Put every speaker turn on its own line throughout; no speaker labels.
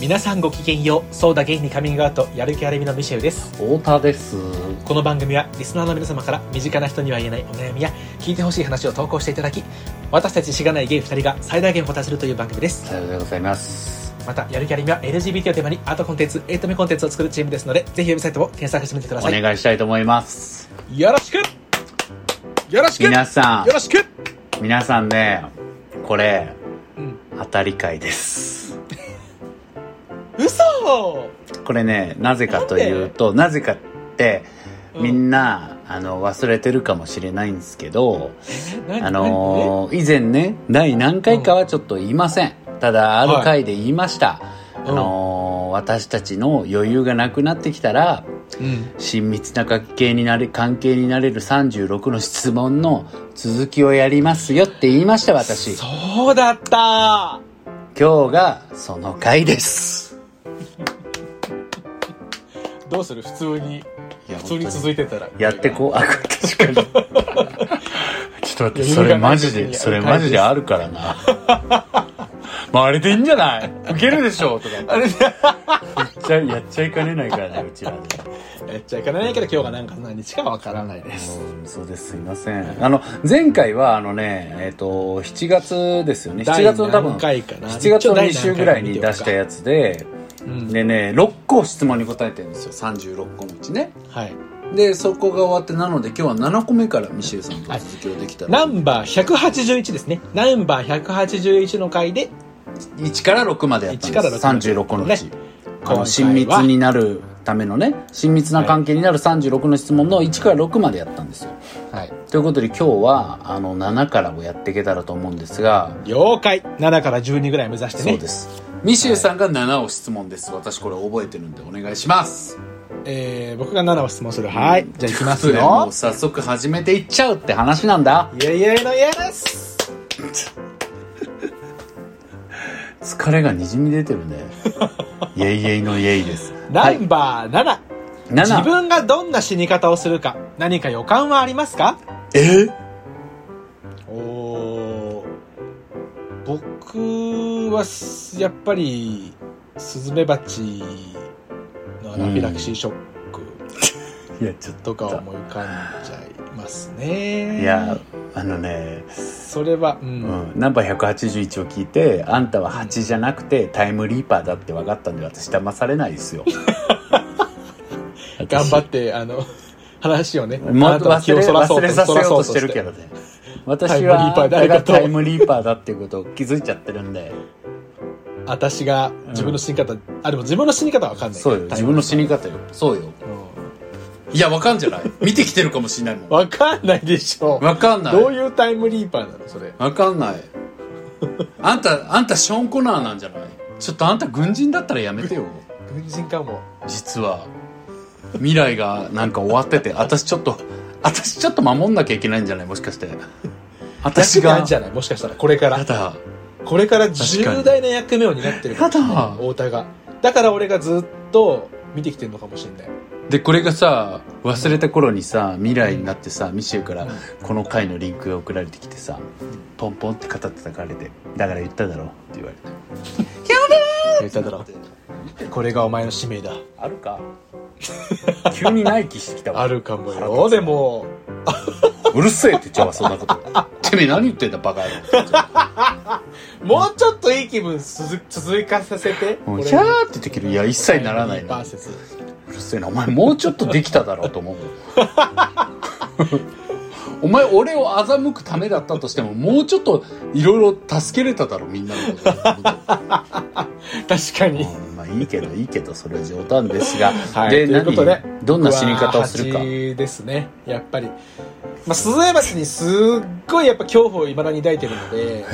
皆さんごきげんようソーダゲイにカミングアウトやる気ありみのミシェルです
太田です
この番組はリスナーの皆様から身近な人には言えないお悩みや聞いてほしい話を投稿していただき私たちしがないゲイ2人が最大限お答えするという番組です
さようでございます
またやる気ありみは LGBT をテーマにアートコンテンツエイトメコンテンツを作るチームですのでぜひウェブサイトを検索してみてくだ
お
さい
願いしたいと思います
よろしくよろしくよ
皆さ
ろしく
ん皆さんねこれ
うん
当たり会です
嘘
これねなぜかというとなぜかって
うん
みんな、あの忘れてるかもしれないんですけど、
何
あのー以前ね第何回かはちょっと言いません、ただある回で言いました、
うん
あのー私たちの余裕がなくなってきたら
うん
親密な関係になれ関係になれる36の質問の続きをやりますよって言いました私今
そうだった
日がその回です
どうする普通に
いや
普通に続いてたら
やってこうあ確かに ちょっと待って
いや
それマジ
意味がない時
で
に
それマジであるからな まああれでいいんじゃないウケるでしょとか
あれ
言っちゃやっちゃいかねないからねうちらで
やっちゃいかないけど今日が何か何日かわからないです
うんそうですすいませんあの前回はあのねえっ、と7月ですよね7月の多分
第何回かな
7月の2週ぐらいに出したやつで、
うん
でね6個質問に答えてるんですよ36個のうちね
はい
でそこが終わってなので今日は7個目からミシェルさんと続きをできたら、
ナンバー181ですねナンバー181の回で
1から6までやったんで
1
す
から6
36個のうち、
ね
あ
今回は
の親密になるためのね親密な関係になる36の質問の1から6までやったんですよ
はい
ということで今日はあの7からをやっていけたらと思うんですが、
妖怪7から12ぐらい目指してね
そうですミシェルさんが7を質問です私これ覚えてるんでお願いします
えー、僕が7を質問するはいじゃあいきます
という ことでも
よ
う早速始めていっちゃうって話なんだ
イエイエイのイエス
疲れがにじみ出て るねイェイイェイのイェイです
ナ
い
ンバー7、自
7
分がどんな死に方をするか何か予感はありますか
え
おー僕はすやっぱりスズメバチのアナフィラキシーショック
いやちょっ
とかを
と
思い浮かんじゃいますね、
いやあのね、
それはうん、
うん、ナンバー181を聞いてあんたは8じゃなくてタイムリーパーだって分かったんで私騙されないですよ
頑張ってあの話をね
もう
あなたの気
忘
を
れ
そらそう
忘
と
れさせ
そら
よ
そううと
とし
して
て
る
る
け
け
ど
どね私は
タイムリーパーでありがとう
タイムリーパーだっていうことを気づいちゃってるん で
私が自分の死に方、あでも自分の死に方は分かんない
そうよ自分の死に
方、
方よそうよ
う
いやわかんじゃない見てきてるかもしれないもん
ん、分かんないでしょ
わかんない。
どういうタイムリーパーなのそれ
わかんない。あんた、あんたショーン・コナーなんじゃないちょっとあんた軍人だったらやめてよ。
軍人かも
実は。未来がなんか終わってて、私ちょっと、私ちょっと守んなきゃいけないんじゃないもしかして。
私
私
があ
が
ん、じゃないもしかしたらこれから
やだ。
これから
確かに
重大な役目を担ってる
やだ
太田がだから俺がずっと見てきてるのかもしれない
で、これがさ、忘れた頃にさ、未来になってさ、ミシューから
うん
この回のリンクが送られてきてさ、ポンポンって肩叩かれて、だから言っただろって言われて。
言っただろこれがお前の使命だ
あるか 急にない気してきたわ
あるかも
腹立
よ
つな
でも
うるせえって言っちゃうわそんなこと てめえ何言ってんだバカ野郎
もうちょっといい気分続続かさせて
もうキャーってできるいや一切ならない
パ
な
ーセス
うるせえなお前もうちょっとできただろうと思う お前俺を欺くためだったとしてももうちょっといろいろ助けれただろみんなのこと
確かに
うんまあいいけどいいけどそれは冗談ですが、
はい
で
という
何
ことで
どんな死に方をするか
僕は蜂ですねやっぱり、まあ、スズメバチにすっごいやっぱ恐怖をいまだに抱いてるので
へ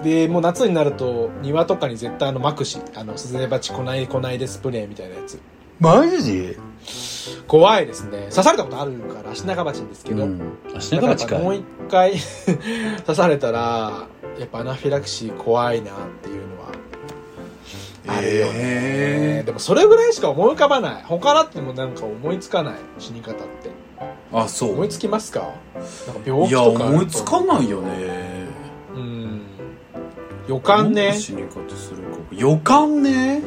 え
でもう夏になると庭とかに絶対あのまくしあのスズメバチ来ない来ないでスプレーみたいなやつ
マジ
怖いですね刺されたことあるから足長鉢ですけど、
うん、足長
だ
近
からもう
い
一回 刺されたらやっぱアナフィラキシー怖いなっていうのはあるよね、
へー
でもそれぐらいしか思い浮かばない他だってもなんか思いつかない死に方って
あそ
思いつきますかなんか病
い
気
や
とかあると
思いつかないよね
うん予感ね
死に方するか予感ね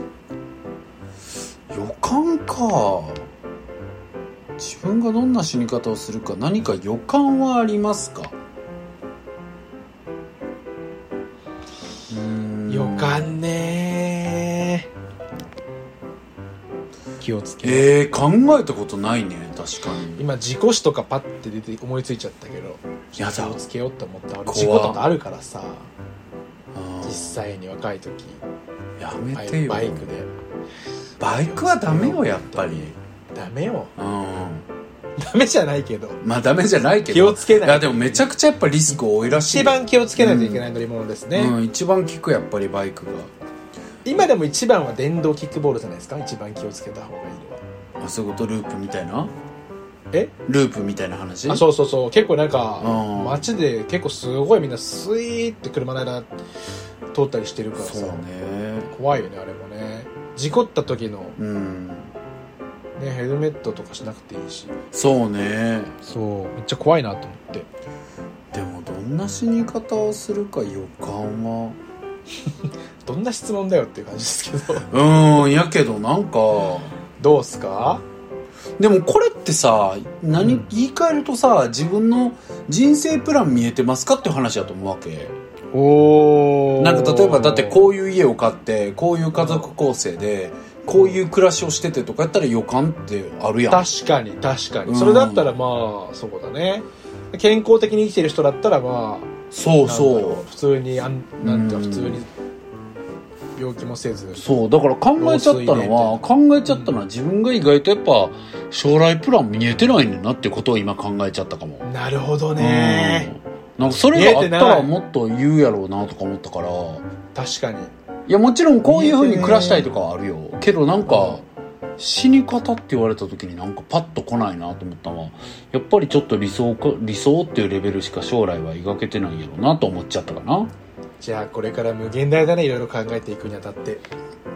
予感か自分がどんな死に方をするか何か予感はありますかうーん
予感ね気をつけて
えー、考えたことないね確かに
今事故死とかパッて出て思いついちゃったけど
や
気
だ
をつけようって思った俺
怖
事故とかあるからさ
あー
実際に若い時
や
バ
めて
イ
よ
バイクで
バイクはダメよやっぱり
ダメよ
うん
ダメじゃないけど
まあダメじゃないけど
気をつけない
やでもめちゃくちゃやっぱリスク多いらしい
一番気をつけないといけない乗り物ですね、
うん、一番効くやっぱりバイクが
今でも一番は電動キックボールじゃないですか一番気をつけた方がいいのは
あそういうことループみたいな
え
ループみたいな話
あそうそうそう結構なんか
うん
街で結構すごいみんなスイーって車の間通ったりしてるから
そう
さ、
ね
怖いよねあれもね事故った時の、
うん
ね、ヘルメットとかしなくていいし
そうね
そうめっちゃ怖いなと思って
でもどんな死に方をするか予感は
どんな質問だよっていう感じですけど
うんやけどなんか
どうっすか
でもこれってさ何、
うん
言い換えるとさ自分の人生プラン見えてますかっていう話だと思うわけ
お
なんか例えばだってこういう家を買ってこういう家族構成でこういう暮らしをしててとかやったら予感ってあるやん
確かに確かに、
うん
それだったらまあそうだね健康的に生きてる人だったらまあ
そう
なんだろ
そう
普通にあんなんていうか
うん
普通に病気もせず
うそうだから考えちゃったのは考えちゃったのは自分が意外とやっぱ将来プラン見えてないねんなってことを今考えちゃったかも、
なるほどね、
うんなんかそれがあった
見えてな
ら
い
もっと言うやろうなとか思ったから
確かに
いやもちろんこういうふうに暮らしたいとかはあるよけどなんか死に方って言われた時になんかパッと来ないなと思ったのはやっぱりちょっと理想か理想っていうレベルしか将来は描けてないんやろうなと思っちゃったかな
じゃあこれから無限大だねいろいろ考えていくにあたって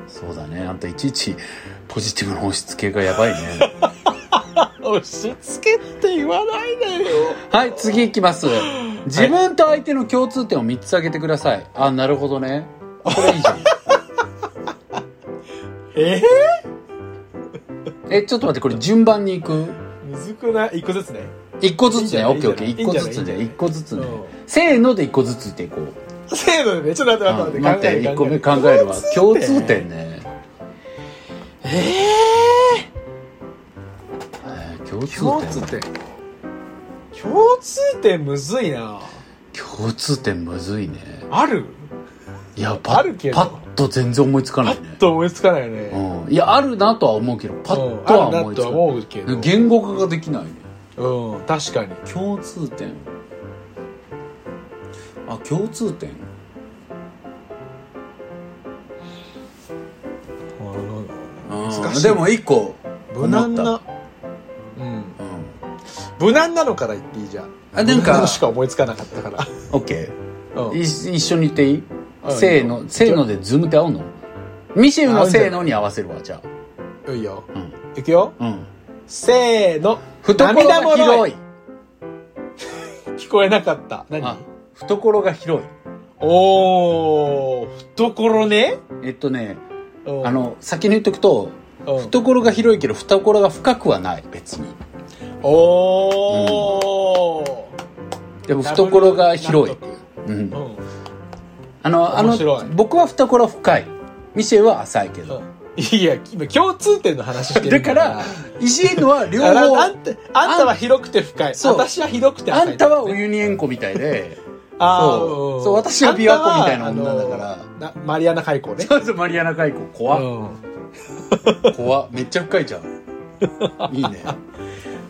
そうだねあんたいちいちポジティブの押し付けがやばいね
押し付けって言わないでよ
はい次いきます自分と相手の共通点を3つ挙げてくださいあなるほどねこれいいじゃん
え
えちょっと待ってこれ順番にいく
ー、むずくない一個ずつね
1個ずつね
いいんじゃない
OKOK1 個
いい
ずつね
んじゃないいいんじゃない
1個ずつね
うん
せーので1個ずついっていこう
せーのでねちょっと待って
うん
待
待
っ
っ
考える
てて1個目考えるわ共通点ねええー共通
共
点
通点共通点むずいな
共通点むずいね
ある
いやパ
あるけ
ッ
ど
パッと全然思いつか
パ
ない
ッ
ね、
と思いつかないよね、
うん、いやあるなとは思うけどパッとは
うんある
思
ない
つ
と
か
は
ない
思うけど
言語化ができないね
うん確かに
共通点あ共通点
難
う
し
ん
い
でも1個
無難
思
な
っ
うん
たうん
無難なのから言っていいじゃん
あなん
無難
か
のしか思いつかなかった から
OK
うん
い一緒に言っていい
うん
せー
いい
の、
よ
せーのでズームって合うのミシェル
合
の
うんじゃな
せ
い
ーのに合わせるわ、じゃあ。
いいよ
うん。
いくよ
うん。
せーの
懐が
涙もろ
広
い
い。
聞こえなかった
あ
何、
懐が広い。
おー懐ね
えっとね、
うん
あの、先に言っとくと、
うん
懐が広いけど、懐が深くはない、別に。
おー
でも、懐が広い。うん
う。ん
あの、あ
面白
の
い、
僕は懐深い。ミシェルは浅いけど。
いや今共通点の話してる
だから、石井 のは両
あらあ
方
ん、たあんたは広くて深い
そう
私は広くて
あ
浅い
んたはお湯にえんこみたいで、
あー
そうんそう私は琵琶湖みたいな女だから
あんたはあのなマリアナ海溝ね
そうそうマリアナ海溝、怖っ
うん
怖っめっちゃ深いじゃんいいね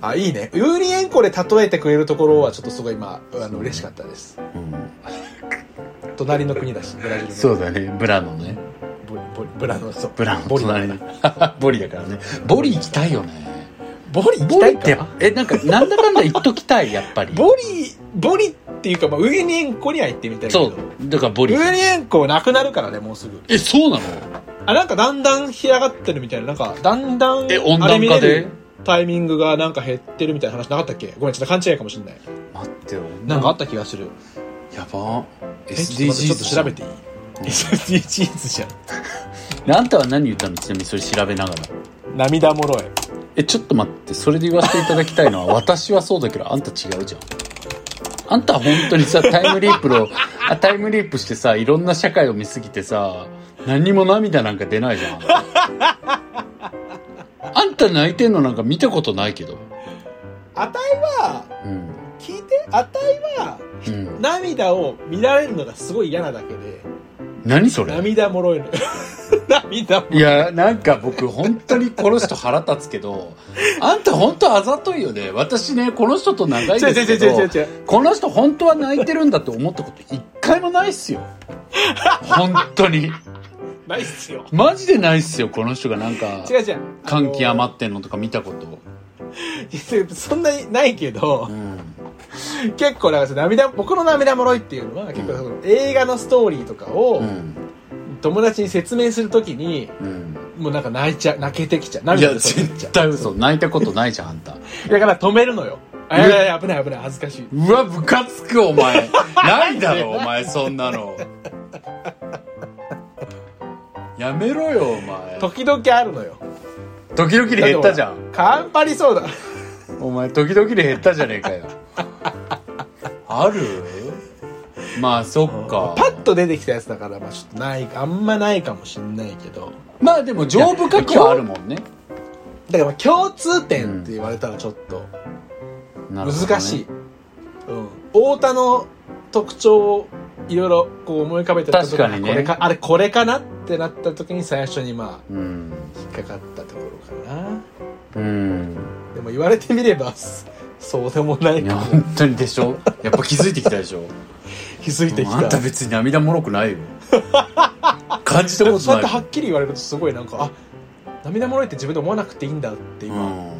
あいいねウーリエンコで例えてくれるところはちょっとすごい今あの嬉しかったです隣の国だしブラジルの
そうだねブラのね
ブブブラのそう
ブラの
ボリ
隣に ボリだからねボリ行きたいよね
ボリ行き
ボ
た
リ
い
って
か
えなんかなんだかんだ言っときたいやっぱ り
ボリボリっていうか、まあ、ウーリエンコには行ってみたいけど
そうだからボ
ウ
リ
ーリエンコなくなるからねもうすぐ
えそうなの
あなんかだんだん干上がってるみたいななんかだんだん
え温
あれ
暖
見れ
化
る
で
タイミングがなんか減ってるみたいな話なかったっけごめんちょっと勘違いかもしれない
待ってよ
なんかあった気がする
やば
えちょっと待ってちょっと調べていい SDGs じゃん
あんたは何言ったのちなみにそれ調べながら
涙もろい
えちょっと待ってそれで言わせていただきたいの は私はそうだけどあんた違うじゃんあんたは本当にさタイムリープのあタイムリープしてさいろんな社会を見すぎてさ何にも涙なんか出ないじ ゃんあんたあんた泣いてんのなんか見たことないけど
あたいは
うん
聞いてあたいは
うん
涙を見られるのがすごい嫌なだけで
何それ
涙もろいの 涙も
いやなんか僕本当にこの人腹立つ けどあんた本当あざといよね私ねこの人と長い
違う
で
違う
すけ
違う違
ど
う違う
この人本当は泣いてるんだって思ったこと一回もないっすよ本当に
ないっすよ
マジでないっすよこの人がなんか
違う違う
感極ま
ま
ってんのとか見たこと、
そんなにないけど
うん、
結構なんかその涙僕の涙もろいっていうのは結構その映画のストーリーとかを
うん
友達に説明するときに
うん
もうなんか泣いちゃう泣けてきちゃう
い
涙
や
出そうになっちゃ
絶対嘘泣いたことないじゃんあんた
うだから止めるのよあいやいやいや危ない危ない恥ずかしいう
わムカつくお前ないだろお前そんなのやめろよお前
時々あるのよ
時々で減ったじゃん
カンパリそうだ
お前時々で減ったじゃねえかよ あるまあそっか
パッと出てきたやつだから、まあ、ちょっとないあんまないかもしんないけど
まあでも上部書きはあるもんね
だからまあ共通点って言われたらちょっと
なるほどね
難しい、うん、太田の特徴をいろいろこう思い浮かべてた時
確かにね
これかあれこれかなってなった時に最初にま
うん
あ引っかかったところかな
うん
でも言われてみればそそうでもない
いや本当にでしょやっぱ気づいてきたでしょ
気づいてき
もう
た
あんた別に涙もろくないよ感じた
で
こ
も
と
そうやっ
ない
てはっきり言われるとすごいなんかあ涙もろいって自分で思わなくていいんだって
う
今、
ん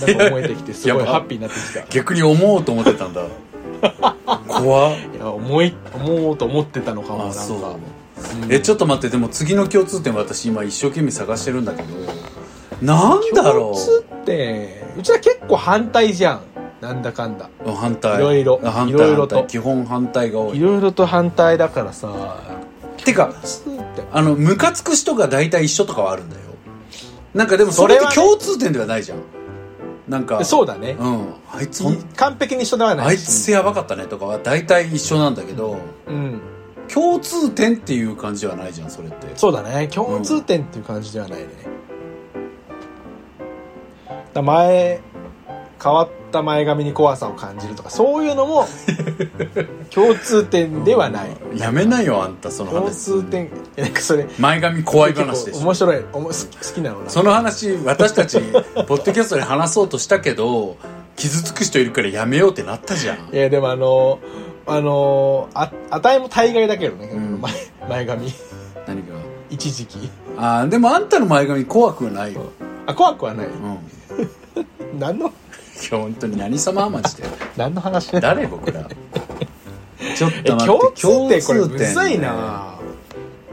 なんか思えてきてすごい
やば
ハッピーになってきたい
逆に思おうと思ってたんだ怖っ
や思い思おうと思ってたのかもな
あ
んか
そう
うん
えちょっと待ってでも次の共通点私今一生懸命探してるんだけどなんだ
共
ろ
通ってうちは結構反対じゃんなんだかんだ
う反対
いろいろ
あ反
い
対
ろいろ
反対
と
基本反対が多
い
い
ろいろと反対だからさ
てか
共通って
あのムカつく人が大体一緒とかはあるんだよなんかでもそ
そ
れ
れ
って
はね
共通点ではないじゃんなんか
そうだね
うんあいつほん
完璧に一緒ではない
あいつやばかったねとかは大体一緒なんだけど
うん
共通点っていう感じはないじゃんそれって
そうだね共通点っていう感じではないね、だ前変わった前髪に怖さを感じるとかそういうの も共通点ではない、
やめなよあんたその
共
話
通点いやなんかそれ
前髪怖い話
結
でし
構
ょ
面白いおも好き好きなのな
その話私たちポッドキャストで話そうとしたけど傷つく人いるからやめようってなったじゃん
いやでもあのあのああたいも大概だけどね、
ん
前前髪
何か
一時期
あーでもあんたの前髪怖くはないよ、
あ怖くはない
うん、いや
何の
本当に何様マジで
何の話
誰僕らちょっ
え
と
共通
待っ
点
て
これむずい
ね
な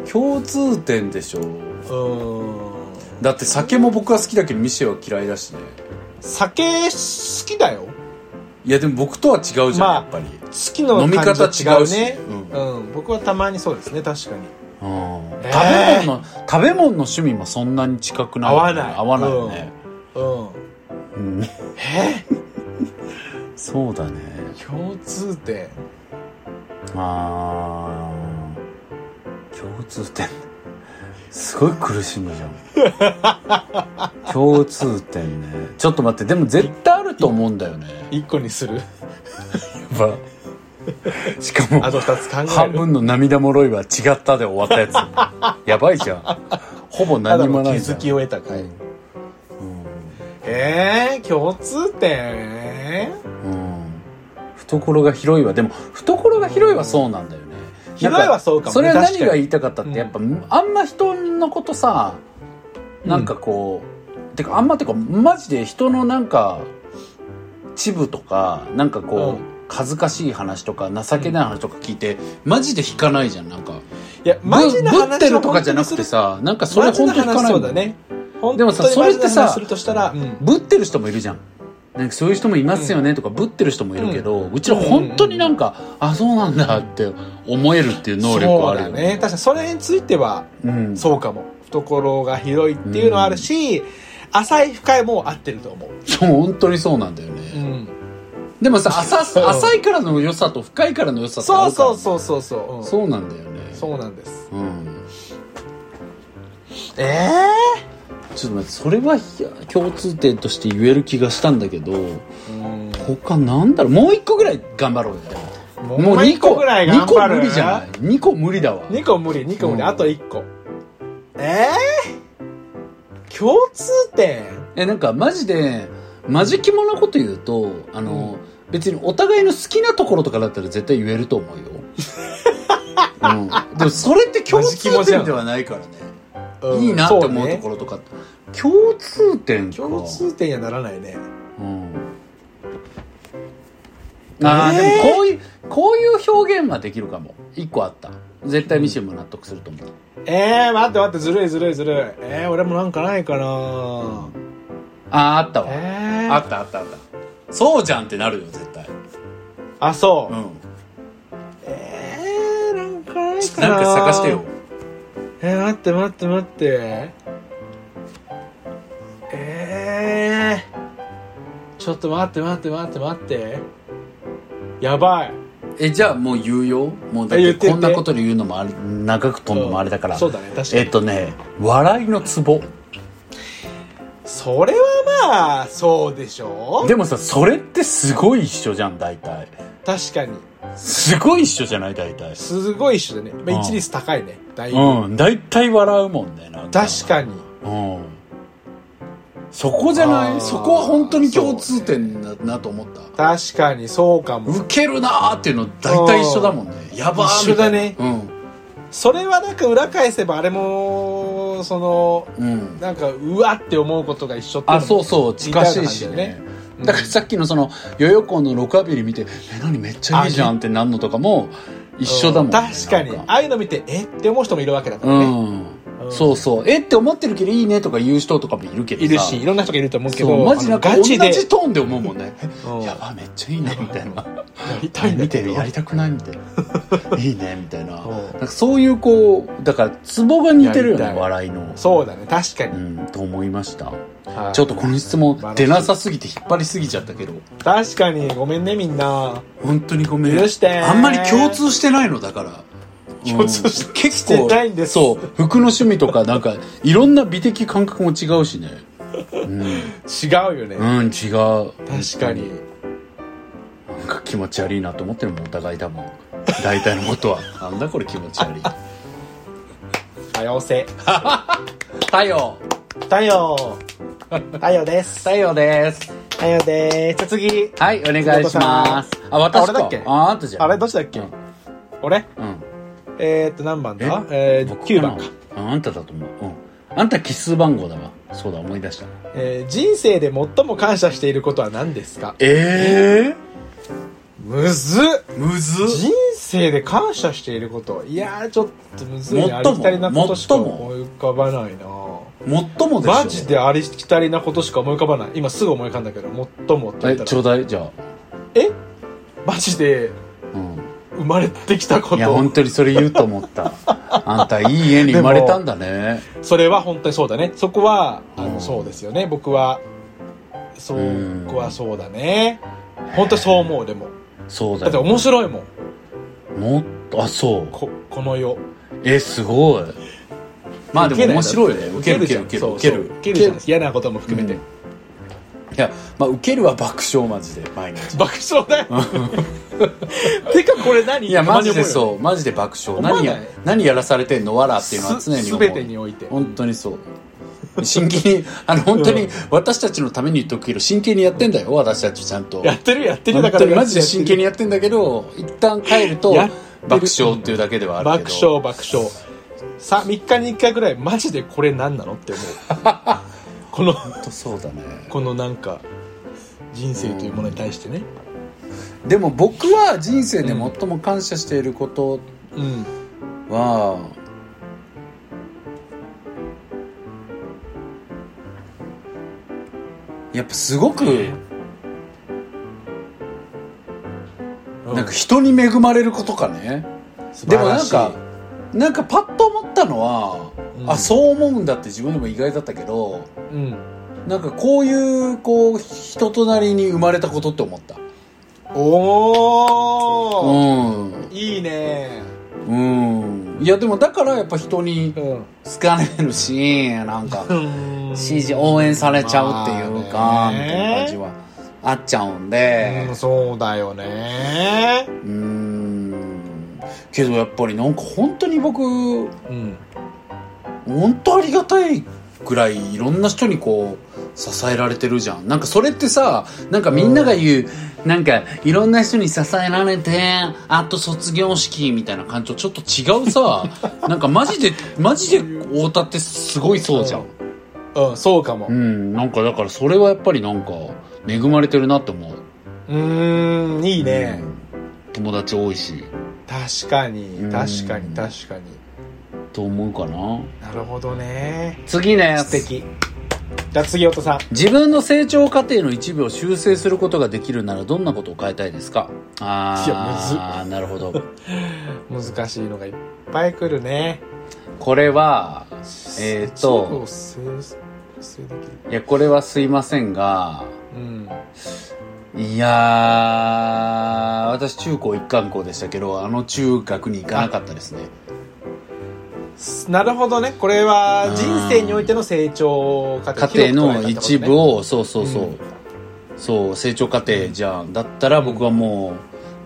共通点でしょ
うーん
だって酒も僕は好きだけど店は嫌いだしね
酒好きだよ
いやでも僕とは違うじゃん、
まあ
やっぱり
好きの
飲み方
感じは違うね
違うしう
うん、僕はたまにそうですね確かに
うん
えー
食べ物の食べ物の趣味もそんなに近くない
合わない
合わないよね、
うん
うん、
え
そうだね
共通点
あー共通点すごい苦しむじゃん共通点ねちょっと待ってでも絶対あると思うんだよね
一個にす る
やっぱしかも
あと二つ考える
半分の涙もろいは違ったで終わったやつやばいじゃんほぼ
ただ
何も
の気
ないじゃ
づ
ん
きを得たかい、えー、共通点
うん懐が広いはでも懐が広いはそうなんだよね
広いはそうかもね
それは
確
何
かに
が言いたかったってやっぱあんま人のことさなんかこうてかあんまてかマジで人のなんかチブとかなんかこ
う
う恥ずかしい話とか情けない話とか聞いてマジで引かないじゃんなんか
いやマジな
ぶぶって
話
る
を
とかじゃなくてさなんかそれ
マジ
本
な
当引か
話
な
そ
いも
うんだね
でもさ
本当に
それってさ
マジな話するとしたら、うん
ぶってる人もいるじゃんなんかそういう人もいますよねとかぶってる人もいるけど、うちら本当になんか、あそうなんだって思えるっていう能力はあるよ
そうだね。確かにそれについては、
うん、
そうかも。懐が広いっていうのはあるし、浅い深いも合ってると思う。
そう本当にそうなんだよね、
うん。
でもさ浅
うん
浅いからの良さと深いからの良さってあ
そう
るから
そ
ね、
うそうそうそう。うん
そうなんだよね
そうなんです。
うん
ええ
ちょっと待ってそれはいや共通点として言える気がしたんだけど他なんだろうもう一個ぐらい頑張ろうよでも
もう2個ぐらい頑張
2個
る
無理じゃない2個無理だわ
?2 個無理、2個無理、
うん
あと1個。えー、共通点
えなんかマジでマジキモなこと言うとあの、別にお互いの好きなところとかだったら絶対言える と思うよ、うん、でもそれって共通点ではないからね
うん
いいなって
そ
思うところとか、共通点
ね
か
共通点にはならないね。
うんあー、
えー
でもこういうこういう表現はできるかも一個あった絶対ミシンも納得すると思う、
えー、待って待って、ずるいずるいずるい。えー、俺もなんかないかな
あああったわ、
えー、
あったあったあったそうじゃんってなるよ絶対
あ、そう。
うん
えー、なんかないかな
なんか探してよ。
えー、待って待って待って。えー、ちょっと待って待って待って待って。やばい。
えじゃあもう言うよもうだっ
え言
て
って
こんなことで言うのもあれ長く飛んのもあれだから、
そうだね、確か
え
に。
っとね笑いのツボ
それはまあ、そうでしょ
でもさそれってすごい一緒じゃん大体
確かに。
すごい一緒じゃない大体
すごい一緒だね。まあ、
うん
一率高いね。だいぶ。
うん大体笑うもんねなん
確かに。
うんそこじゃな
あー
いそこは本当に共通点だなと思った
確かに、そうかも。
ウケるなーっていうの大体一緒だもんねやばーみたいな
一緒それはなんか裏返せば、あれも、その、
うんうん
なんか、うわって思うことが一緒っていの
あ
も
そうそう近しいし
似たような
ね
感うん
だからさっきのそのヨヨコの6アビリ見て「え何めっちゃいいじゃん」ってなんのとかも一緒だもんね
う確かに
なん
ああいうの見てえって思う人もいるわけだから
う
ね、
ん
うん
そうそう「えっ?」て思ってるけど「いいね」とか言う人とかもいるけどさ
いるしいろんな人がいると思うけ
そ
ど
うマジなんか
あの
同
ガ
じ
チ
ト
で
ーンで思うもんね「
うん
えやばめっちゃいいね」みたい な
やりたいん
「
だ
見
け
て
ど
るやりたくない」みたい な「いいね」みたいな
うん
なんかそういうこうだからツボが似てるよ
や
ね
りたい
笑いの
そうだね確か
う
に、
んと思いました
はい
ちょっとこの質問
晴らしい
出なさすぎて引っ張りすぎちゃったけど
確かにごめんねみんな
本当にごめん
許して
あんまり共通してないのだから
共通し
うん結
してないんです
そう服の趣味とかなんかいろんな美的感覚も違うしね
違
う
うよね、
ん、うん、違う確
確かに
なんか気持ち悪いなと思ってるもんお互い多分大体のことは なんだこれ気持ち悪い
多様性
太陽
太 陽太陽です
太陽です
太陽ですじゃあ次
はいお願いしますあ私
あ
か
俺だっけ
ああんたじゃん
あれどっちだっけ、
うん
俺
うん
えー、っと何番だえー、
僕
9番か
なああんただと思ううんあんた奇数番号だわそうだ思い出した
えー人生で最も感謝していることは何ですか
ええ
むずっ
むずっ
人生で感謝していることいやーちょっとむずいねあ
も
り
っとも
きたりなことしか
もっとも
思い浮かばないな
最もでしょ
マジでありきたりなことしか思い浮かばない今すぐ思い浮かんだけどもっともって言
え
った
ちょ
ら
うだいじゃあ
えマジで
うん
生まれてきたこ
いや本
と
当にそれ言うと思った あんたいい家に生まれたんだね
それは本当にそうだねそこはあ
うん
のそうですよね僕はそ
うん
こはそうだね本当にそう思うでも
そうだ
だって
よ
面白いもん
もっとあそう
ここの世
えすごいまあでも面白いねウケるウケるウケる
受
ウ
け
ケる
るじゃんそうそうウケるじゃない嫌なことも含めて、
うんいやまあウケるは爆笑マジで毎日
爆笑だよてかこれ何
いやマジで
う
そうマジで爆笑
思わな
何
い
や何やらされてんのわらっていうのは常に
す
思う
全てにおいて
本当にそう真剣 にあの本当
う
に
ん
私たちのために言っとくけど真剣にやってんだよ私たちちゃんと
やってるやってるだ
本
か
当
ら
にマジで真剣
に
にやってんだけど一旦帰ると
やってる
爆笑っていうだけではある
爆
けど
笑爆笑さ3日に1回ぐらいマジでこれ何なの って思うこの
本当そうだね
このなんか人生というものに対してね
でも僕は人生で最も感謝していること
うん
は、やっぱすごくなんか人に恵まれることかね
素
で
晴
も
ら
なん
しい
かなんかパッと思ったのは、
うん
あそう思うんだって自分でも意外だったけど
うん
なんかこういうこう人となりに生まれたことって思ったう
おお、
ん
いいね
うんいやでもだからやっぱ人に
うん
好かれるしなんか
うん
支持応援されちゃうっていう
まあ
かみ
ね
たいな感じはあっちゃうんで
うんそうだよね
うーんけどやっぱりなんか本当に僕
うん
本当ありがたいぐらいいろんな人にこう支えられてるじゃんなんかそれってさなんかみんなが言う、なんかいろんな人に支えられてあと卒業式みたいな感じとちょっと違うさ なんかマジでマジで太田ってすごいそうじゃん
うんそうかもう
う
ん
なんかだからそれはやっぱりなんか恵まれてるなって思う
ーんいいね、
うん友達多いし
確かに
うん
確かに確かに
と思うかな
なるほどね
次ね
素敵じゃあ次おとさん
自分の成長過程の一部を修正することができるならどんなことを変えたいですかあー
いや
なるほど
難しいのがいっぱい来るね
これ はえー、と
一部を制制できる
いやこれはすいませんが
うん
いやー私中高一貫校でしたけどあの中学に行かなかったですね
なるほどねこれは人生においての成長過程
家庭の一部
を
を、そうそうそう、
うん
そう成長過程じゃんだったら僕はもう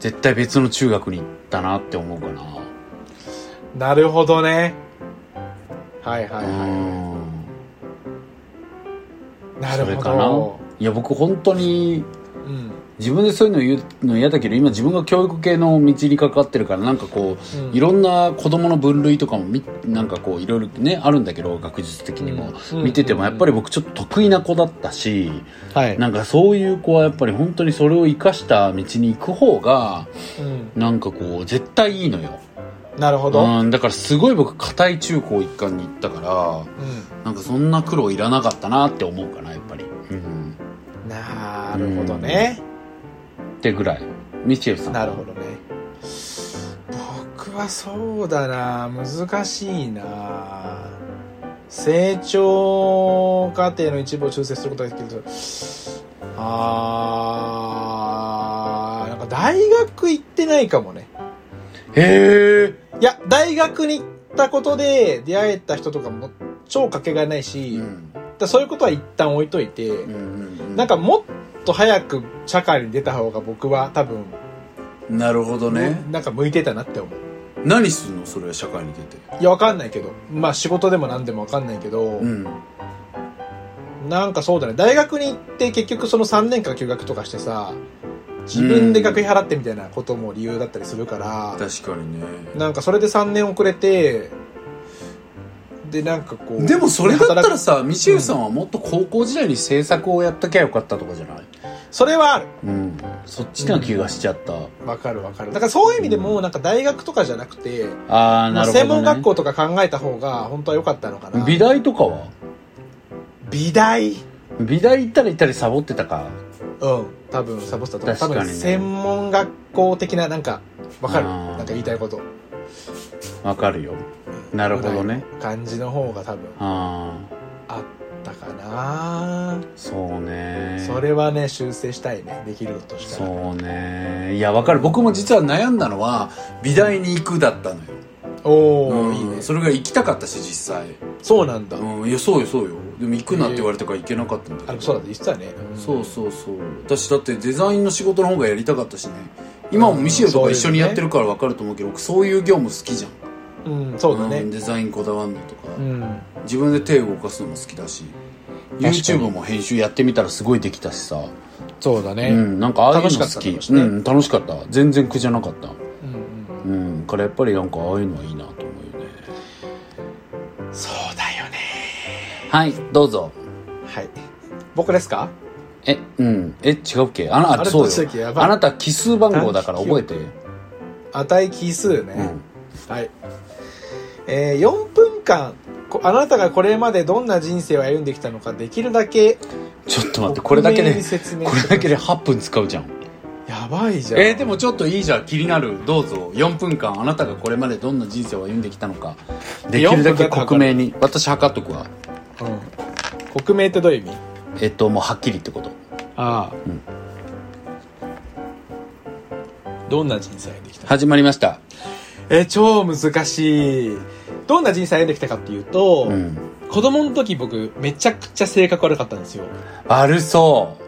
絶対別の中学に行ったなって思うかな、
なるほどねはいはいうは
ん
いなる
それ
ほ
かな
ど
いや僕本当に
うん
自分でそういうの言うの嫌だけど今自分が教育系の道に関わってるからなんかこう、
うん
いろんな子供の分類とかもみなんかこういろいろねあるんだけど学術的にも、
うん
見ててもやっぱり僕ちょっと得意な子だったし、
はい
なんかそういう子はやっぱり本当にそれを生かした道に行く方が
うん
なんかこう絶対いいのよ、
なるほどうん
うん、だからすごい僕固い中高一貫に行ったからなんかそんな苦労いらなかったなって思うかなやっぱり、うん、
なるほどね
ってぐらいミチエルさん
なるほどね僕はそうだな難しいな成長過程の一部を修正することができるあーなんか大学行ってないかもね
へえ
いや大学に行ったことで出会えた人とかも超かけがえないし、だからそういうことは一旦置いといて、なんかもっと早く社会に出た方が僕は多分、
なるほどね
なんか向いてたなって思う
何するのそれは社会に出て
いや、わかんないけど。まあ、仕事でも何でもわかんないけど、
うん
なんかそうだね。大学に行って結局その3年間休学とかしてさ、自分で学費払ってみたいなことも理由だったりするから、
確かにね
なんかそれで3年遅れて、で、なんかこう。
でもそれだったら
働
さミシェルさんはもっと高校時代に制作をやっときゃよかったとかじゃない
く、それはある。
うんそっちな気がしちゃった、
わかるわかる。だからそういう意味でも、なんか大学とかじゃなくて、
ああ
ま
な
あ
るほど、ね、
専門学校とか考えた方が本当は良かったのかな。
美大とかは
美大。
美大行ったら行ったりサボってたか
うん多分サボスタと
確か
多
にね
分専門学校的ななんかわかる
あー
なんか言いたいこと
わかるよなるほどね
ぐらい感じの方が多分
あ
あったかな
あ、そうね
それはね修正したいねできることしたら
そうねいやわかる僕も実は悩んだのは美大に行くだったのよ
おお、
うん
いいね
それが行きたかったし実際
そうなんだ、
うんいやそうよそうよでも行くなって言われたから行けなかったんだけ
あ
ど
れそうだね言ってたね、ん
そうそうそう私だってデザインの仕事の方がやりたかったしね今もミシェルとか一緒にやってるから分かると思うけど僕そういう業務好きじゃん
うんそうだ
ん
ね
デザインこだわんのとか、
うん、
自分で手を動かすのも好きだし
に
YouTube も編集やってみたらすごいできたしさ
そうだね
う、んなんかああいうの好
楽しかった
き
楽しかった
うん楽しかった全然苦じゃなかった
うんうん
うんからやっぱりなんかああいうのはいいなと思うよね
そうだよね
はいどうぞ
はい僕ですか
えうんえ違うっけあな
あれ
そう
どうしたっけや
よ
ばい
あなた奇数番号だから覚えて
値奇数ね、
うん
はい。えー4分間、こあなたがこれまでどんな人生を歩んできたのかできるだけ、
ちょっと待ってこれだ
克
けで、
明に説明
これだけで8分使うじゃん
やばいじゃん。
えー、でもちょっといいじゃん気になるどうぞ4分間あなたがこれまでどんな人生を歩んできたのかできるだけ克明に私測っとくわ
うん。国名ってどういう意味
えっともうはっきりってこと
ああ、
ん
どんな人生ができた
始まりました
えー超難しい。どんな人生ができたかっていうと、
うん
子供の時僕めちゃくちゃ性格悪かったんですよ。
悪そう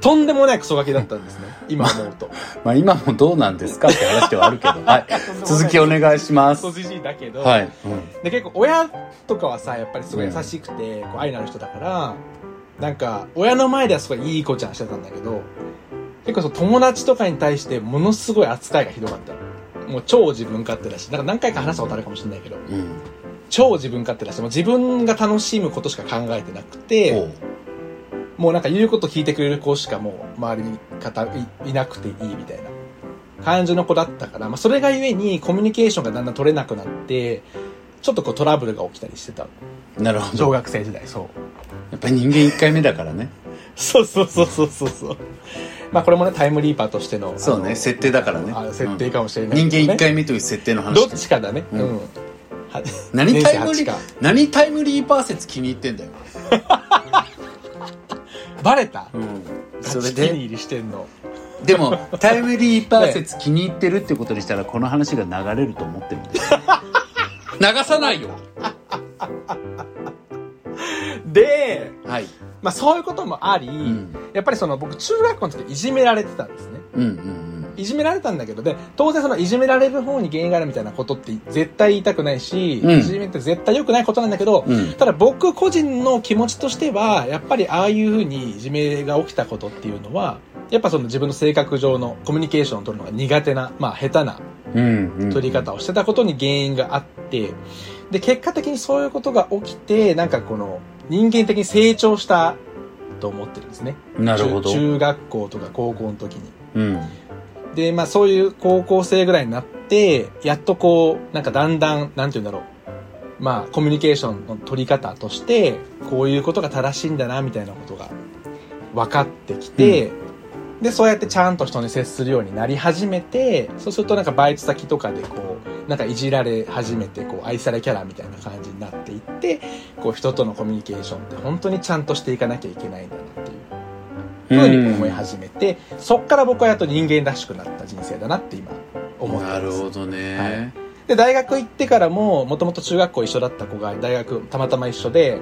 とんでもないクソガキだったんですね。今思 うと。
まあ今もどうなんですかって話ではあるけど、 はい、続きお願いしま
ク
す。
ソじじいだけど、
はい、うん
で結構親とかはさ、やっぱりすごい優しくて、こう愛のある人だから、なんか親の前ではすごいいい子ちゃんしてたんだけど、結構その友達とかに対してものすごい扱いがひどかった。もう超自分勝手だし、なんか何回か話したことあるかもしれないけど、
うん、
超自分勝手だし、もう自分が楽しむことしか考えてなく
お
て、
う
もうなんか言うこと聞いてくれる子しかもう周りに方いいなくていいみたいな感じの子だったから、まあそれがゆえにコミュニケーションがだんだん取れなくなって、ちょっとこうトラブルが起きたりしてた。
なるほ
小
ど。や
学生時代、そう。
っぱり人間1回目だからね。
そうそうそうそうそうそう。まあこれもね、タイムリーパーとしての。
そう
あ
ね、
の
設定だからね。
あ設定かもしれ
う
なんいけど、ね
人間1回目という設定の話
どっ
で
ちかだね。
う
うんん。は
何タイム
年
リ
生八
ー
か、
何タイムリーパー説気に入ってんだよ。
バレた
うん。
そ
それ
れ
で
で。入りしてんの。
でもタイムリーパー説気に入ってるってことにしたらこの話が流れると思ってるん ですよ流さないよ
で、
はい、
まあそういうこともあり、
うん、
やっぱりその僕中学校の時いじめられてたんですね。
うんうん
いじめられたんだけど、で、当然そのいじめられる方に原因があるみたいなことって絶対言いたくないし、
うん
いじめって絶対良くないことなんだけど、
うんうん
ただ僕個人の気持ちとしては、やっぱりああいうふうにいじめが起きたことっていうのは、やっぱその自分の性格上のコミュニケーションを取るのが苦手な、まあ下手な
うんうん
取り方をしてたことに原因があって、で、結果的にそういうことが起きて、なんかこの人間的に成長したと思ってるんですね。
なるほど
中中学校とか高校の時に。
うん
で、まあそういう高校生ぐらいになって、やっとこう、なんかだんだん、なんて言うんだろう。まあコミュニケーションの取り方として、こういうことが正しいんだな、みたいなことが分かってきて、で、そうやってちゃんと人に接するようになり始めて、そうするとなんかバイト先とかでこう、なんかいじられ始めて、こう愛されキャラみたいな感じになっていって、こう人とのコミュニケーションって本当にちゃんとしていかなきゃいけないんだなっていう。ふうに思い始めて、そっから僕はやっと人間らしくなった人生だなって今思って
な
ま
る
す
ほどね、
はいで大学行ってからももともと中学校一緒だった子が大学たまたま一緒で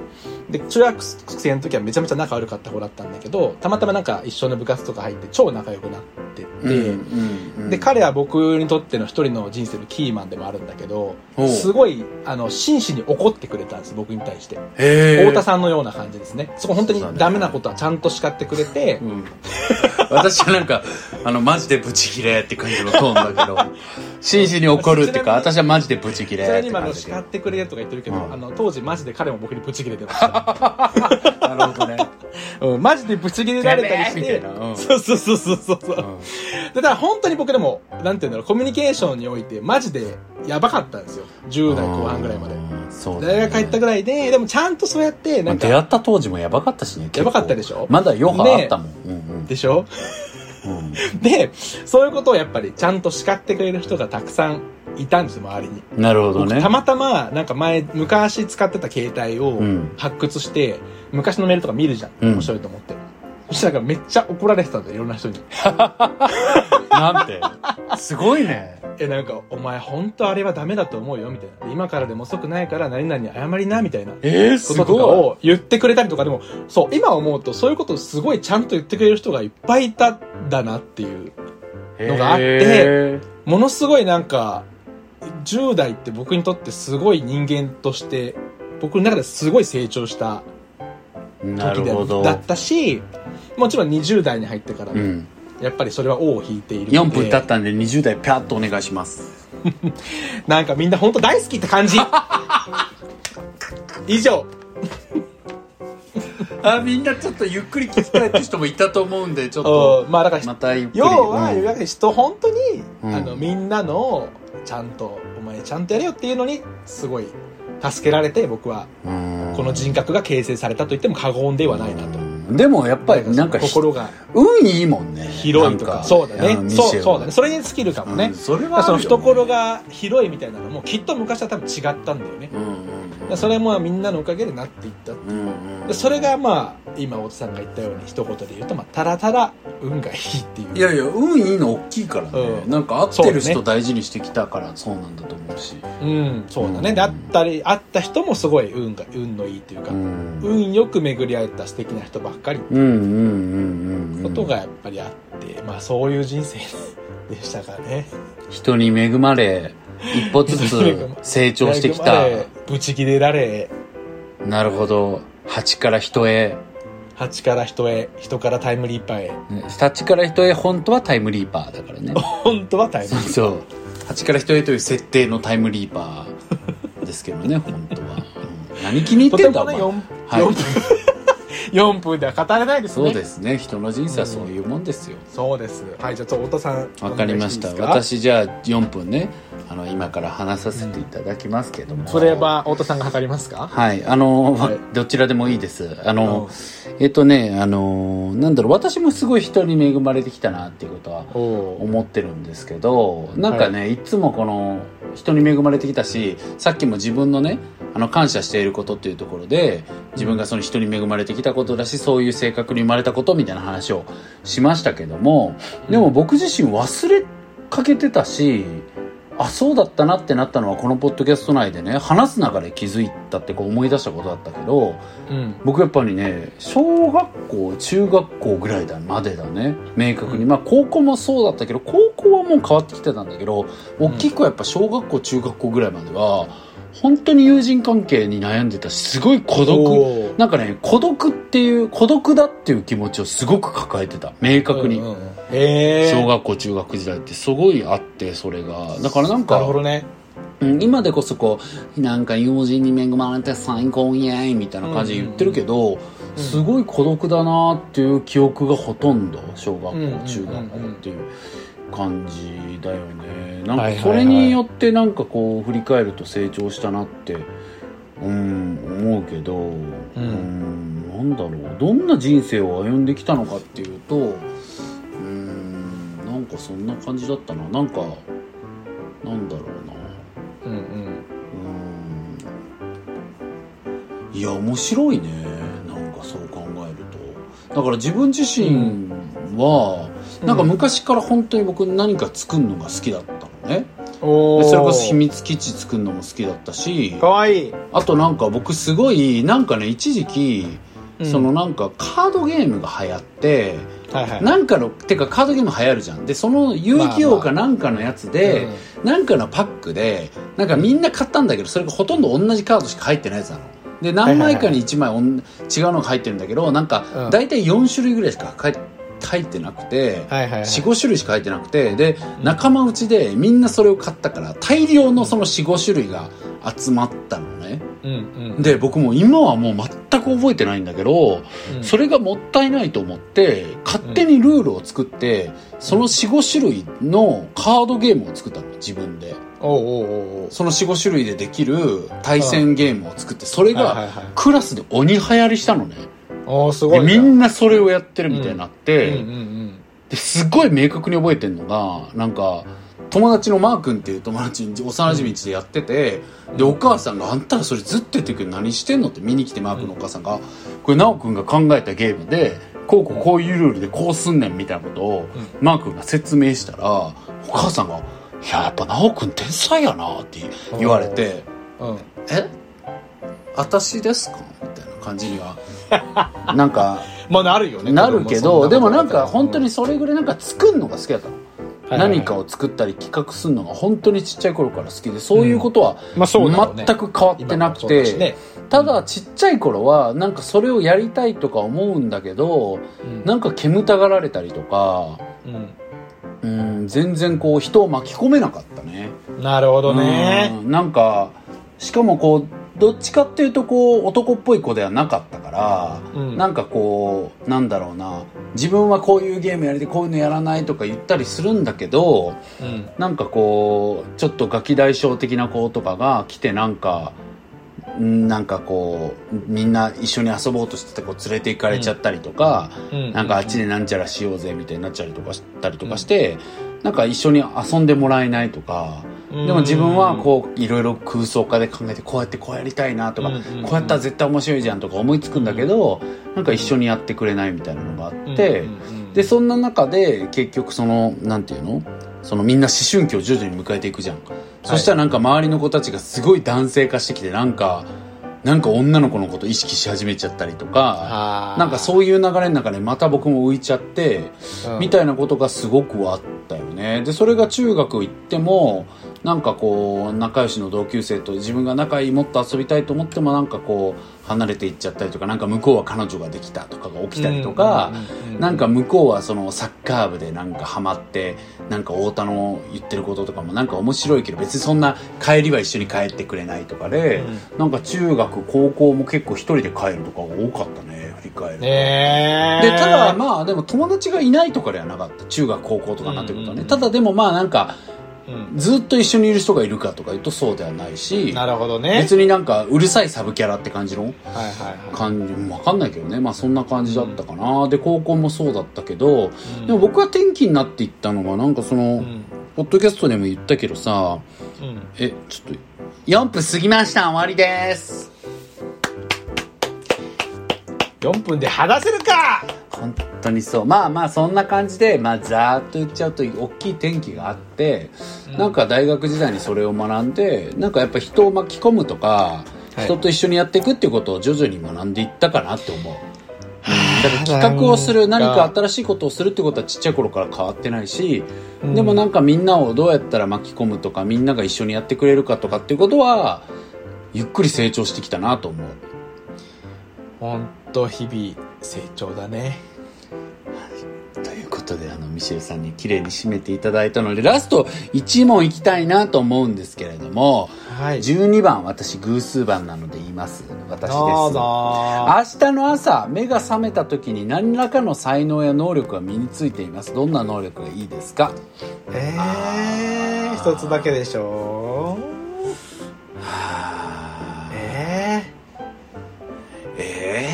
で中学生の時はめちゃめちゃ仲悪かった子だったんだけどたまたまなんか一緒の部活とか入って超仲良くなってって、
うんうんうん
で彼は僕にとっての一人の人生のキーマンでもあるんだけど
おう
すごいあの真摯に怒ってくれたんです僕に対して、
へー
太田さんのような感じですねそこ本当
そうだ
に
ね
ダメなことはちゃんと叱ってくれて、
うん私はなんかあのマジでブチギレって感じのトー ンだけど真摯に怒るっていうか
ちなみに
私はマジでブチギレ
それ
っ
に
て
今あ
感
の
じ
叱
で
ってくれるとか言ってるけど、
うん
あの当時マジで彼も僕にブチ切れてました、
なる ほどね
うん、マジでブチ切れられたりして
みたいな、うん
そうそうそうそうそうそううんでだから本当に僕でもなんて言うんだろうコミュニケーションにおいてマジでやばかったんですよ10代後半ぐらいまで
うんそうだね
大学入ったぐらいででもちゃんとそうやって
ま
な
あ
んか、
出会った当時もやばかったしね結
や
構
ばかったでしょ
まだ余波あったもん、うんうん
でしょ
うん
でそういうことをやっぱりちゃんと叱ってくれる人がたくさんいたんですよ周りに
なるほど
僕
ね
たまたまなんか前昔使ってた携帯を
うん
発掘して、昔のメールとか見るじゃん、
うん
面白いと思ってそしたらなんかめっちゃ怒られてたんだよいろんな人に
なんてすごいね
「えなんかお前本当あれはダメだと思うよ」みたいな「今からでも遅くないから何々に謝りな」みたいなこ
えー、す
ととか
ご
を言ってくれたりとかでもそう今思うとそういうことをすごいちゃんと言ってくれる人がいっぱいいたんだなっていう
い
のがあって
へー
ものすごいなんか10代って僕にとってすごい人間として僕の中ですごい成長した
な
時
る
で
ほど
だったしもちろん20代に入ってから
う
も、
ん
やっぱりそれは王を引いている
4
ので
分経ったんで20代ピャッとお願いします
なんかみんな本当大好きって感 じ以上
あみんなちょっとゆっくり聞きたいって人もいたと思うんでちょっ
うんまあだから、
またゆっくり
要は、
うん
要は人本当に、
うん
あのみんなのちゃんとお前ちゃんとやれよっていうのにすごい助けられて僕は
うん
この人格が形成されたと言っても過言ではないなと
うんでもやっぱりなんかひ
心が
運いいもんね
広いとか
なん
そうだ
うん
ね
ミシ
そ
ェ
う
ル
そうだねそれに尽きるかもね、
うんそれ
だから
は
その懐
が
が広いみたいなのもきっと昔は多分違ったんだよね、
うんうん
だからそれもみんなのおかげでなっていった
うんうんうん
でそれがまあ今大津さんが言ったように一言で言うとまあたらたら運がいいっていう
いやいや運いいの大きいからね、
うん
なんか会ってる
そうだ
人
ね
大事にしてきたからそうなんだと思うし
うんそうだね、
うん
であったり会った人もすごい運が運のいいっていうか、
うんうん
運よく巡り合えた素敵な人ばっかりって
うんうんうん
ことがやっぱりあって、まあそういう人生 でしたからね
人に恵まれ一歩ず
人に恵
つ
ま
成長してき
ま
た
れブチ切れられ
なるほど蜂から人へ
蜂から人へ人からタイムリーパーへ
蜂から人へ本当はタイムリーパーだから ね
本当はタイムリー
そう蜂から人へという設定のタイムリーパーですけどね本当は、うん何気に入
と
って
て
んだ
も
お
ね 4, 四
前はい
分四分では語れないですね
そうですね人の人生はそういうもんですよ、
そうですはいじゃあちょっと太田さん
わかりました
お願いていいです
私じゃあ4分ねあの今から話させていただきますけども、
それは太田さんが測りますか
はいあの、
はい
どちらでもいいですあ
あ
の、えっとねあのなんだろう私もすごい人に恵まれてきたなっていうことは
おお
思ってるんですけどなんかね、い、つもこの人に恵まれてきたしさっきも自分のねあの感謝していることっていうところで自分がその人に恵まれてきたことだしそういう性格に生まれたことみたいな話をしましたけどもでも僕自身忘れかけてたしあそうだったなってなったのはこのポッドキャスト内でね話す中で気づいたってこう思い出したことだったけど
うん
僕やっぱりね小学校中学校ぐらいだまでだね明確に、まあ高校もそうだったけど高校はもう変わってきてたんだけど大きくはやっぱ小学校中学校ぐらいまでは本当に友人関係に悩んでたしすごい孤独
おー
なんかね孤独っていう孤独だっていう気持ちをすごく抱えてた明確に、
うんうんうんへえ
小学校中学時代ってすごいあってそれがだからなんか
なるほどね
うん今でこそこうなんか友人に恵まれて最高イエーイみたいな感じで言ってるけ
う
ど、
ん
すごい孤独だなっていう記憶がほとんど小学校、
うんうんうん
中学校っていう感じだよねなん
は
か
いはいはい
それによってなんかこう振り返ると成長したなって、うん、思うけど、うんなんだろうどんな人生を歩んできたのかっていうとうんなんかそんな感じだったななんかなんだろう
う
な
んうん
うんいや面白いねなんかそう考えるとだから自分自身は、
うん
なんか昔から本当に僕何か作るのが好きだったのね、
お
で
ー
それこそ秘密基地作るのも好きだったし
かわいい
あとなんか僕すごいなんかね一時期、そのなんかカードゲームが流行って、
はいはい
なんかのてかカードゲーム流行るじゃんでその遊戯王かなんかのやつで、なんかのパックでなんかみんな買ったんだけどそれがほとんど同じカードしか入ってないやつなの。で何枚かに1枚おん違うのが入ってるんだけどなん
う
か
ん
大体4種類ぐらいしか入入ってなくて
はいはいはい
45種類しか入ってなくてで
うん
仲間内でみんなそれを買ったから大量のその45種類が集まったのね。
うんうん
で僕も今はもう全く覚えてないんだけど
うん
それがもったいないと思って勝手にルールを作ってその45種類のカードゲームを作ったの自分で。
おうおうおうおう
その45種類でできる対戦ゲームを作ってそれ
はい
が
はいはい
クラスで鬼流行りしたのね
おーすご
で
い
み
なん
なそれをやってるみたいになって、
うんうん
ですごい明確に覚えてるのがなんか友達のマー君っていう友達に幼馴染でやってて、
うん
でお母さんが「あんたらそれずっとやってるけど何してんの?」って見に来てマー君のお母さんが「これ奈く君が考えたゲームでこうこうこういうルールでこうすんねん」みたいなことを
うん
マー君が説明したらお母さんが「いややっぱ奈く君天才やな」って言われて。
うんうん
え私ですかみたいな感じにはなんか
まあなるよね
なるけ
子
ど
供もそ
でも
こと
なんか本当に
やっ
それぐらいなんか作るのが好きだったの、
たらうん
何かを作ったり企画するのが本当にちっちゃい頃から好きでそういうことは
まあそうだろうね
全く変わってなく
今もそうだ
て、
しね
ただちっちゃい頃はなんかそれをやりたいとか思うんだけど
うん
なんか煙たがられたりとかうん全然こう人を巻き込めなかったね。
うんなるほどね
うんなんかしかもこうどっちかっていうとこう男っぽい子ではなかったから、
うん
なんかこうなんだろうな自分はこういうゲームやりてこういうのやらないとか言ったりするんだけど
うん
なんかこうちょっとガキ大将的な子とかが来てなんかうんなんかこうみんな一緒に遊ぼうとしてた子連れて行かれちゃったりとか、
うん
なんかあっちでなんちゃらしようぜみたいになっちゃったりとかしたりとかして、なんか一緒に遊んでもらえないとか、
うん
でも自分はこういろいろ空想化で考えてこうやってこうやりたいなとか、
うんうんうん
こうやったら絶対面白いじゃんとか思いつくんだけど、なんか一緒にやってくれないみたいなのがあって、でそんな中で結局そのなんていうのそのみんな思春期を徐々に迎えていくじゃん、そしたらなんか周りの子たちがすごい男性化してきてなんかなんか女の子のこと意識し始めちゃったりとかなんかそういう流れの中でまた僕も浮いちゃって
うん
みたいなことがすごくあったよねでそれが中学行ってもなんかこう仲良しの同級生と自分が仲いいもっと遊びたいと思ってもなんかこう離れていっちゃったりとかなんか向こうは彼女ができたとかが起きたりとか、
うん
なんか向こうはそのサッカー部でなんかハマってなんか太田の言ってることとかもなんか面白いけど別にそんな帰りは一緒に帰ってくれないとかで、なんか中学高校も結構一人で帰るとかが多かったね振り返ると。
ねえ
でただまあでも友達がいないとかではなかった中学高校とかになってくる
う
とね、
んうんうん
ただでもまあなんか
うん
ずっと一緒にいる人がいるかとか言うとそうではないし
なるほどね
別になんかうるさいサブキャラって感じの
はいはいはい
感じわかんないけどねまあそんな感じだったかな、で高校もそうだったけど
うん
でも僕が転機になっていったのがなんかその、
うん
ポッドキャストでも言ったけどさ
うん
えちょっと4分過ぎました終わりです
4分で話せるか
本当にそうまあまあそんな感じでまあざーっと言っちゃうと大きい転機があって、なんか大学時代にそれを学んでなんかやっぱ人を巻き込むとか、
はい
人と一緒にやっていくっていうことを徐々に学んでいったかなって思う。だから企画をする
なん
何
か
か新しいことをするってことはちっちゃい頃から変わってないし、
うん
でもなんかみんなをどうやったら巻き込むとかみんなが一緒にやってくれるかとかっていうことはゆっくり成長してきたなと思う
ほんと日々成長だね
ということであのミシェルさんに綺麗に締めていただいたのでラスト1問いきたいなと思うんですけれども
はい
12番私偶数番なので言います私です
どうぞ
明日の朝目が覚めた時に何らかの才能や能力が身についていますどんな能力がいいですか
えー、一つだけでしょえ
え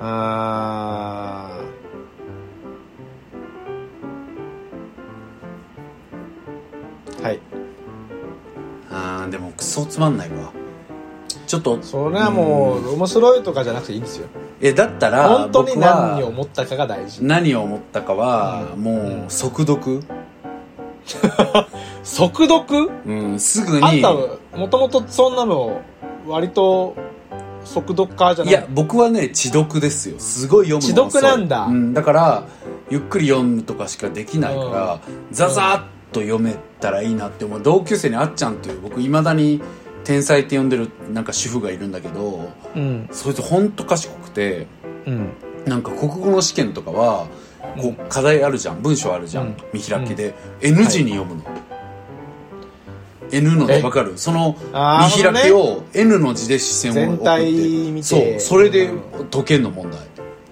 ー、あーはい
ー、あーでもクソつまんないわちょっと
それはもう面白いとかじゃなくていいんですよ
えだったら
本当に
僕は
何を思ったかが大事
何を思ったかは、
うん
もう即読、
速読
うん、すぐ
あん
に
たもともとそんなの割と速読家じゃ
い
ない
や僕はね知読ですよすごい読むのが遅い
知読なんだ
うん、だからゆっくり読むとかしかできないから、ザザーッと読めたらいいなって思う同級生にあっちゃんっていう僕いまだに天才って呼んでるなんか主婦がいるんだけど
うん
そいつほんと賢くて
うん
なんか国語の試験とかはこう課題あるじゃん文章あるじゃ
う
ん、
ん
見開きで、N 字に読むの、N の字
え
わかるその
あ
見
ー
開きを N の字で視線を送っ
全
て
体見て
そうそれで
う
解けんの問題、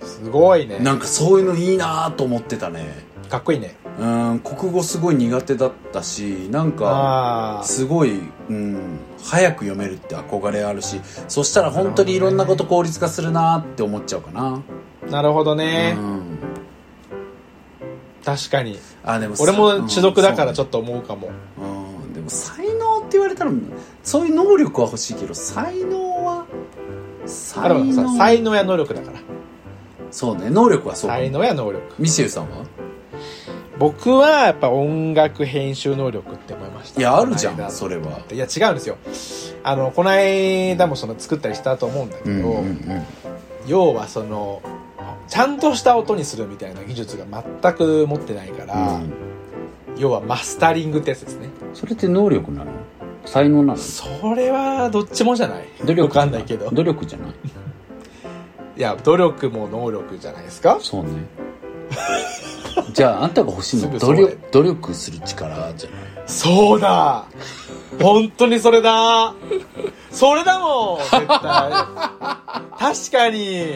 すごいね
なんかそういうのいいなと思ってたね
かっこいいね
うん国語すごい苦手だったしなんか
ああ
すごい、うん、早く読めるって憧れあるしそしたら本当にいろんなこと効率化するなって思っちゃうかな、
なるほどね、
うん、
確かに
あでもさ
俺も知読だからち
ょっ
ょっと思うかも、
と、うん、でも才能って言われたらそういう能力は欲しいけど才能は
あ
才
れはさ
能
才能や能力だから
そうね能力はそうか
才能や能力
ミシェルさんは
僕はやっぱ音楽編集能力って思いました
いやあるじゃ
この
ん
間
それはい
や違うんですよあのこの間もその作ったりしたと思うんだけど、要はそのちゃんとした音にするみたいな技術が全く持ってないから、
うん
要はマスタリングってやつですね
それって能力なの才能なの
それはどっちもじゃない
努力
わかんないけど
努力じゃない
いや努力も能力じゃないですか
そうねじゃああんたが欲しいの
す
は
ぐ
努
そうだよ
力努力する力じゃない
そうだ本当にそれ だそれだもん絶対確かに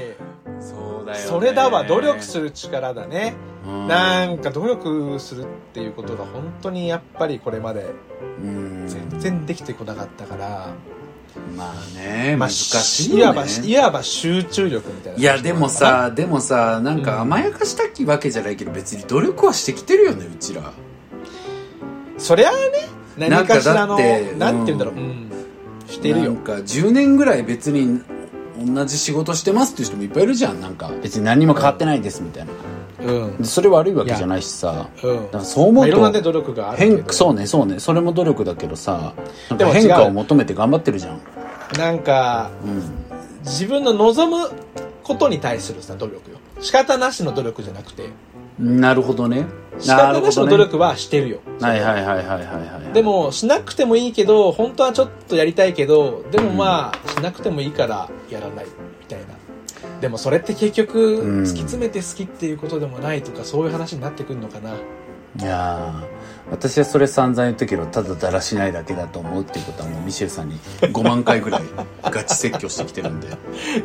そう
それだわ努力する力だね
うんうん
なんか努力するっていうことが本当にやっぱりこれまで
うん
全然できてこなかったから、
まあね
まあ
難しい
い
よ
わ
ね
ばいわば集中力みたいない
やでもさでもさなんか甘やかしたきわけじゃないけど別に努力はしてきてるよねうちら
そりゃあね
な
何
ん
か
かだって
しらの
うん
なんて言うんだろう、うんしてる
な
よ
んか10年ぐらい別に同じ仕事してますっていう人もいっぱいいるじゃんなんか別に何も変わってないですみたいな
うん
でそれ悪いわけじゃないしさ
うん
だからそう思
まあ、
う
いろんな、
と
ね、努力があるけ
変
ど
そうねそうねそれも努力だけどさなん
で
か
も違う
変化を求めて頑張ってるじゃん
なんか
うん
自分の望むことに対するさ努力よ仕方なしの努力じゃなくて
なるほどね
仕
な
方
る
な
ほ
しの
ど
努
ね
力はしてるよ
はいはいはいはいはいはい
でもしなくてもいいけど本当はちょっとやりたいけどでもまあしなくてもいいからやらないみたいなでもそれって結局
うん
突き詰めて好きっていうことでもないとかそういう話になってくるのかない
やー私はそれ散々言ったけどただだらしないだけだと思うっていうことはもうミシェルさんに5万回 ぐらいガチ説教してきてるんで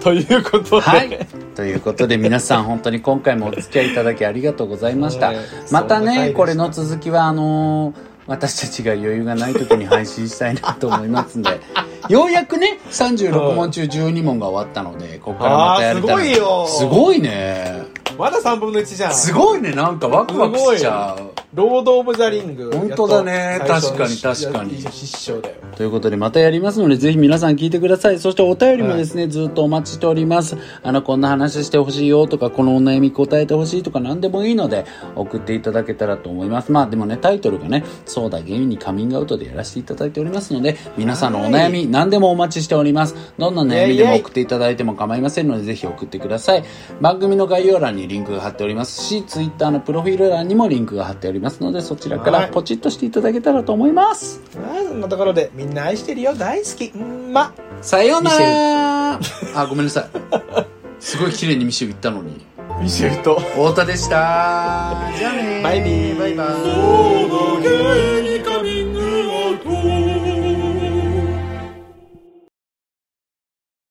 ということで、
はいということで皆さん本当に今回もお付き合いいただきありがとうございました
はい
また
そんな回で
ね
した
これの続きはあのー私たちが余裕がない時に配信したいなと思いますん でようやくね36問中12問が終わったのでここからまたやれたら
あーすごいよ
すごいね
まだ3分の1じゃん
すごいねなんかワクワクしちゃう
ロード・オブ・ザ・リング
本当だね
やっと最初の
確かに確かに
いや失笑だよ
ということでまたやりますのでぜひ皆さん聞いてくださいそしてお便りもですね、ずっとお待ちしておりますあのこんな話してほしいよとかこのお悩み答えてほしいとか何でもいいので送っていただけたらと思いますまあでもねタイトルがね「そうだ芸人にカミングアウト」でやらせていただいておりますので皆さんのお悩み、何でもお待ちしておりますどんな悩みで
イェ
も
イイェイ
送っていただいても構いませんのでぜひ送ってください番組の概要欄にリンクが貼っておりますし Twitter のプロフィール欄にもリンクが貼っておりますのでそちらから
はい
ポチッとしていただけたらと思います、
あーそんなところでみんな愛してるよ大好きうんま
さようならあ、ごめんなさい。すごい綺麗にミシュー言ったのに。
ミシェルと
太田でした。じゃあねー
バイビー
バイバイ。
ー